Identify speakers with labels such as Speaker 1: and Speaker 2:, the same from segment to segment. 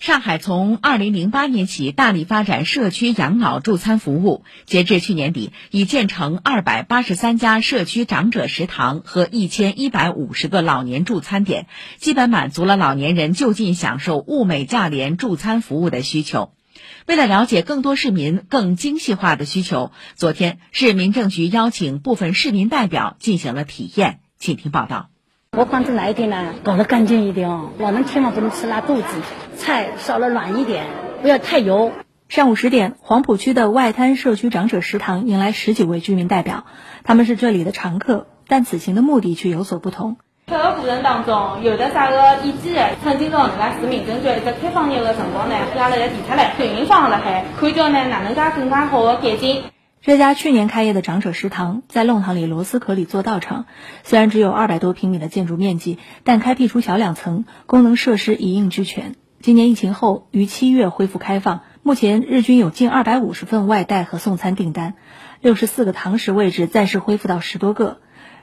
Speaker 1: 上海从二零零八年起大力发展社区养老助餐服务，截至去年底，已建成二百八十三家社区长者食堂和一千一百五十个老年助餐点，基本满足了老年人就近享受物美价廉助餐服务的需求。为了了解更多市民更精细化的需求，昨天市民政局邀请部分市民代表进行了体验，请听报道。
Speaker 2: 我关注哪一点呢？搞得干净一点哦，老人千万不能吃拉肚子，菜烧了软一点，不要太油。
Speaker 3: 上午十点，黄浦区的外滩社区长者食堂迎来十几位居民代表，他们是这里的常客，但此行的目的却有所不同。
Speaker 4: 出个过程当中，有的啥个意见，趁今朝人家市民政局一只开放日的辰光呢，伊拉辣盖提出来，群放辣海，看叫呢哪能介更加好的改进。
Speaker 3: 这家去年开业的长者食堂在弄堂里螺丝壳里做道场，虽然只有二百多平米的建筑面积，但开辟出小两层，功能设施一应俱全。今年疫情后，于七月恢复开放，目前日均有近二百五十份外带和送餐订单，六十四个堂食位置暂时恢复到十多个。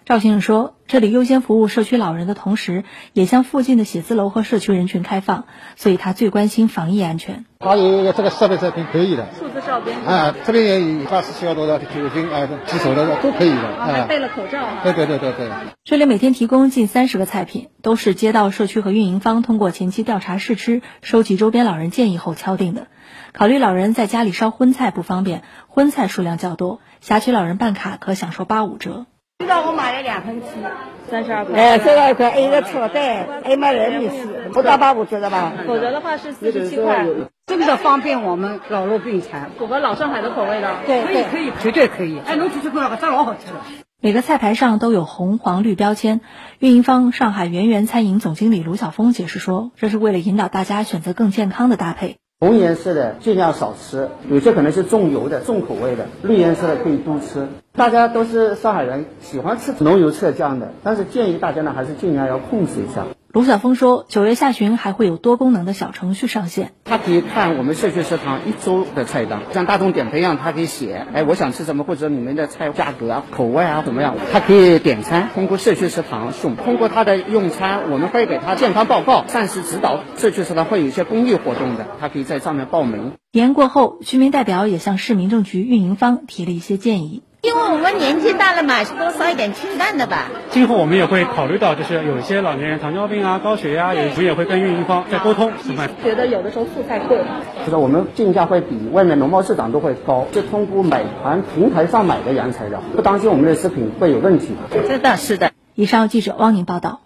Speaker 3: 赵先生说，这里优先服务社区老人的同时，也向附近的写字楼和社区人群开放，所以他最关心防疫安全。
Speaker 5: 它有这个设备是挺可以的，
Speaker 6: 数字哨兵
Speaker 5: 啊，这边也有花式消毒的、酒精啊、洗手的都可以的
Speaker 6: 啊，还备了口罩啊。
Speaker 5: 对对对对对。
Speaker 3: 这里每天提供近三十个菜品，都是街道社区和运营方通过前期调查试吃、收集周边老人建议后敲定的。考虑老人在家里烧荤菜不方便，荤菜数量较多，辖区老人办卡可享受八五折。
Speaker 7: 知道我买了两盆鸡，
Speaker 6: 三十二块。哎
Speaker 7: 哎，三十二块，一个炒蛋，一个哎人米丝，不到八五折的吧？
Speaker 6: 否则的话是四十七块。
Speaker 7: 这个方便我们老弱病残，
Speaker 6: 符合老上海的口味的。
Speaker 7: 对，可以可以，绝对可以。
Speaker 8: 哎，侬吃吃看，搿只老好吃了。
Speaker 3: 每个菜牌上都有红黄绿标签。运营方上海圆圆餐饮总经理卢晓峰解释说，这是为了引导大家选择更健康的搭配。
Speaker 9: 红颜色的尽量少吃，有些可能是重油的、重口味的；绿颜色的可以多吃。大家都是上海人，喜欢吃浓油赤酱的，但是建议大家呢还是尽量要控制一下。
Speaker 3: 卢晓峰说，九月下旬还会有多功能的小程序上线，
Speaker 9: 它可以看我们社区食堂一周的菜单，像大众点评一样，它可以写，哎，我想吃什么，或者你们的菜价格啊、口味啊怎么样，它可以点餐，通过社区食堂送。通过它的用餐，我们会给他健康报告、膳食指导。社区食堂会有一些公益活动的，它可以。在上面报名。
Speaker 3: 体验过后，居民代表也向市民政局运营方提了一些建议。
Speaker 10: 因为我们年纪大了嘛，多烧一点清淡的吧。
Speaker 11: 今后我们也会考虑到，就是有一些老年人糖尿病啊、高血压、啊，也我们也会跟运营方在沟通。
Speaker 6: 觉得有的时候素菜贵，
Speaker 9: 就是我们进价会比外面农贸市场都会高，是通过买盘平台上买的原材料，不担心我们的食品会有问题。
Speaker 10: 这倒是的。
Speaker 3: 以上记者汪宁报道。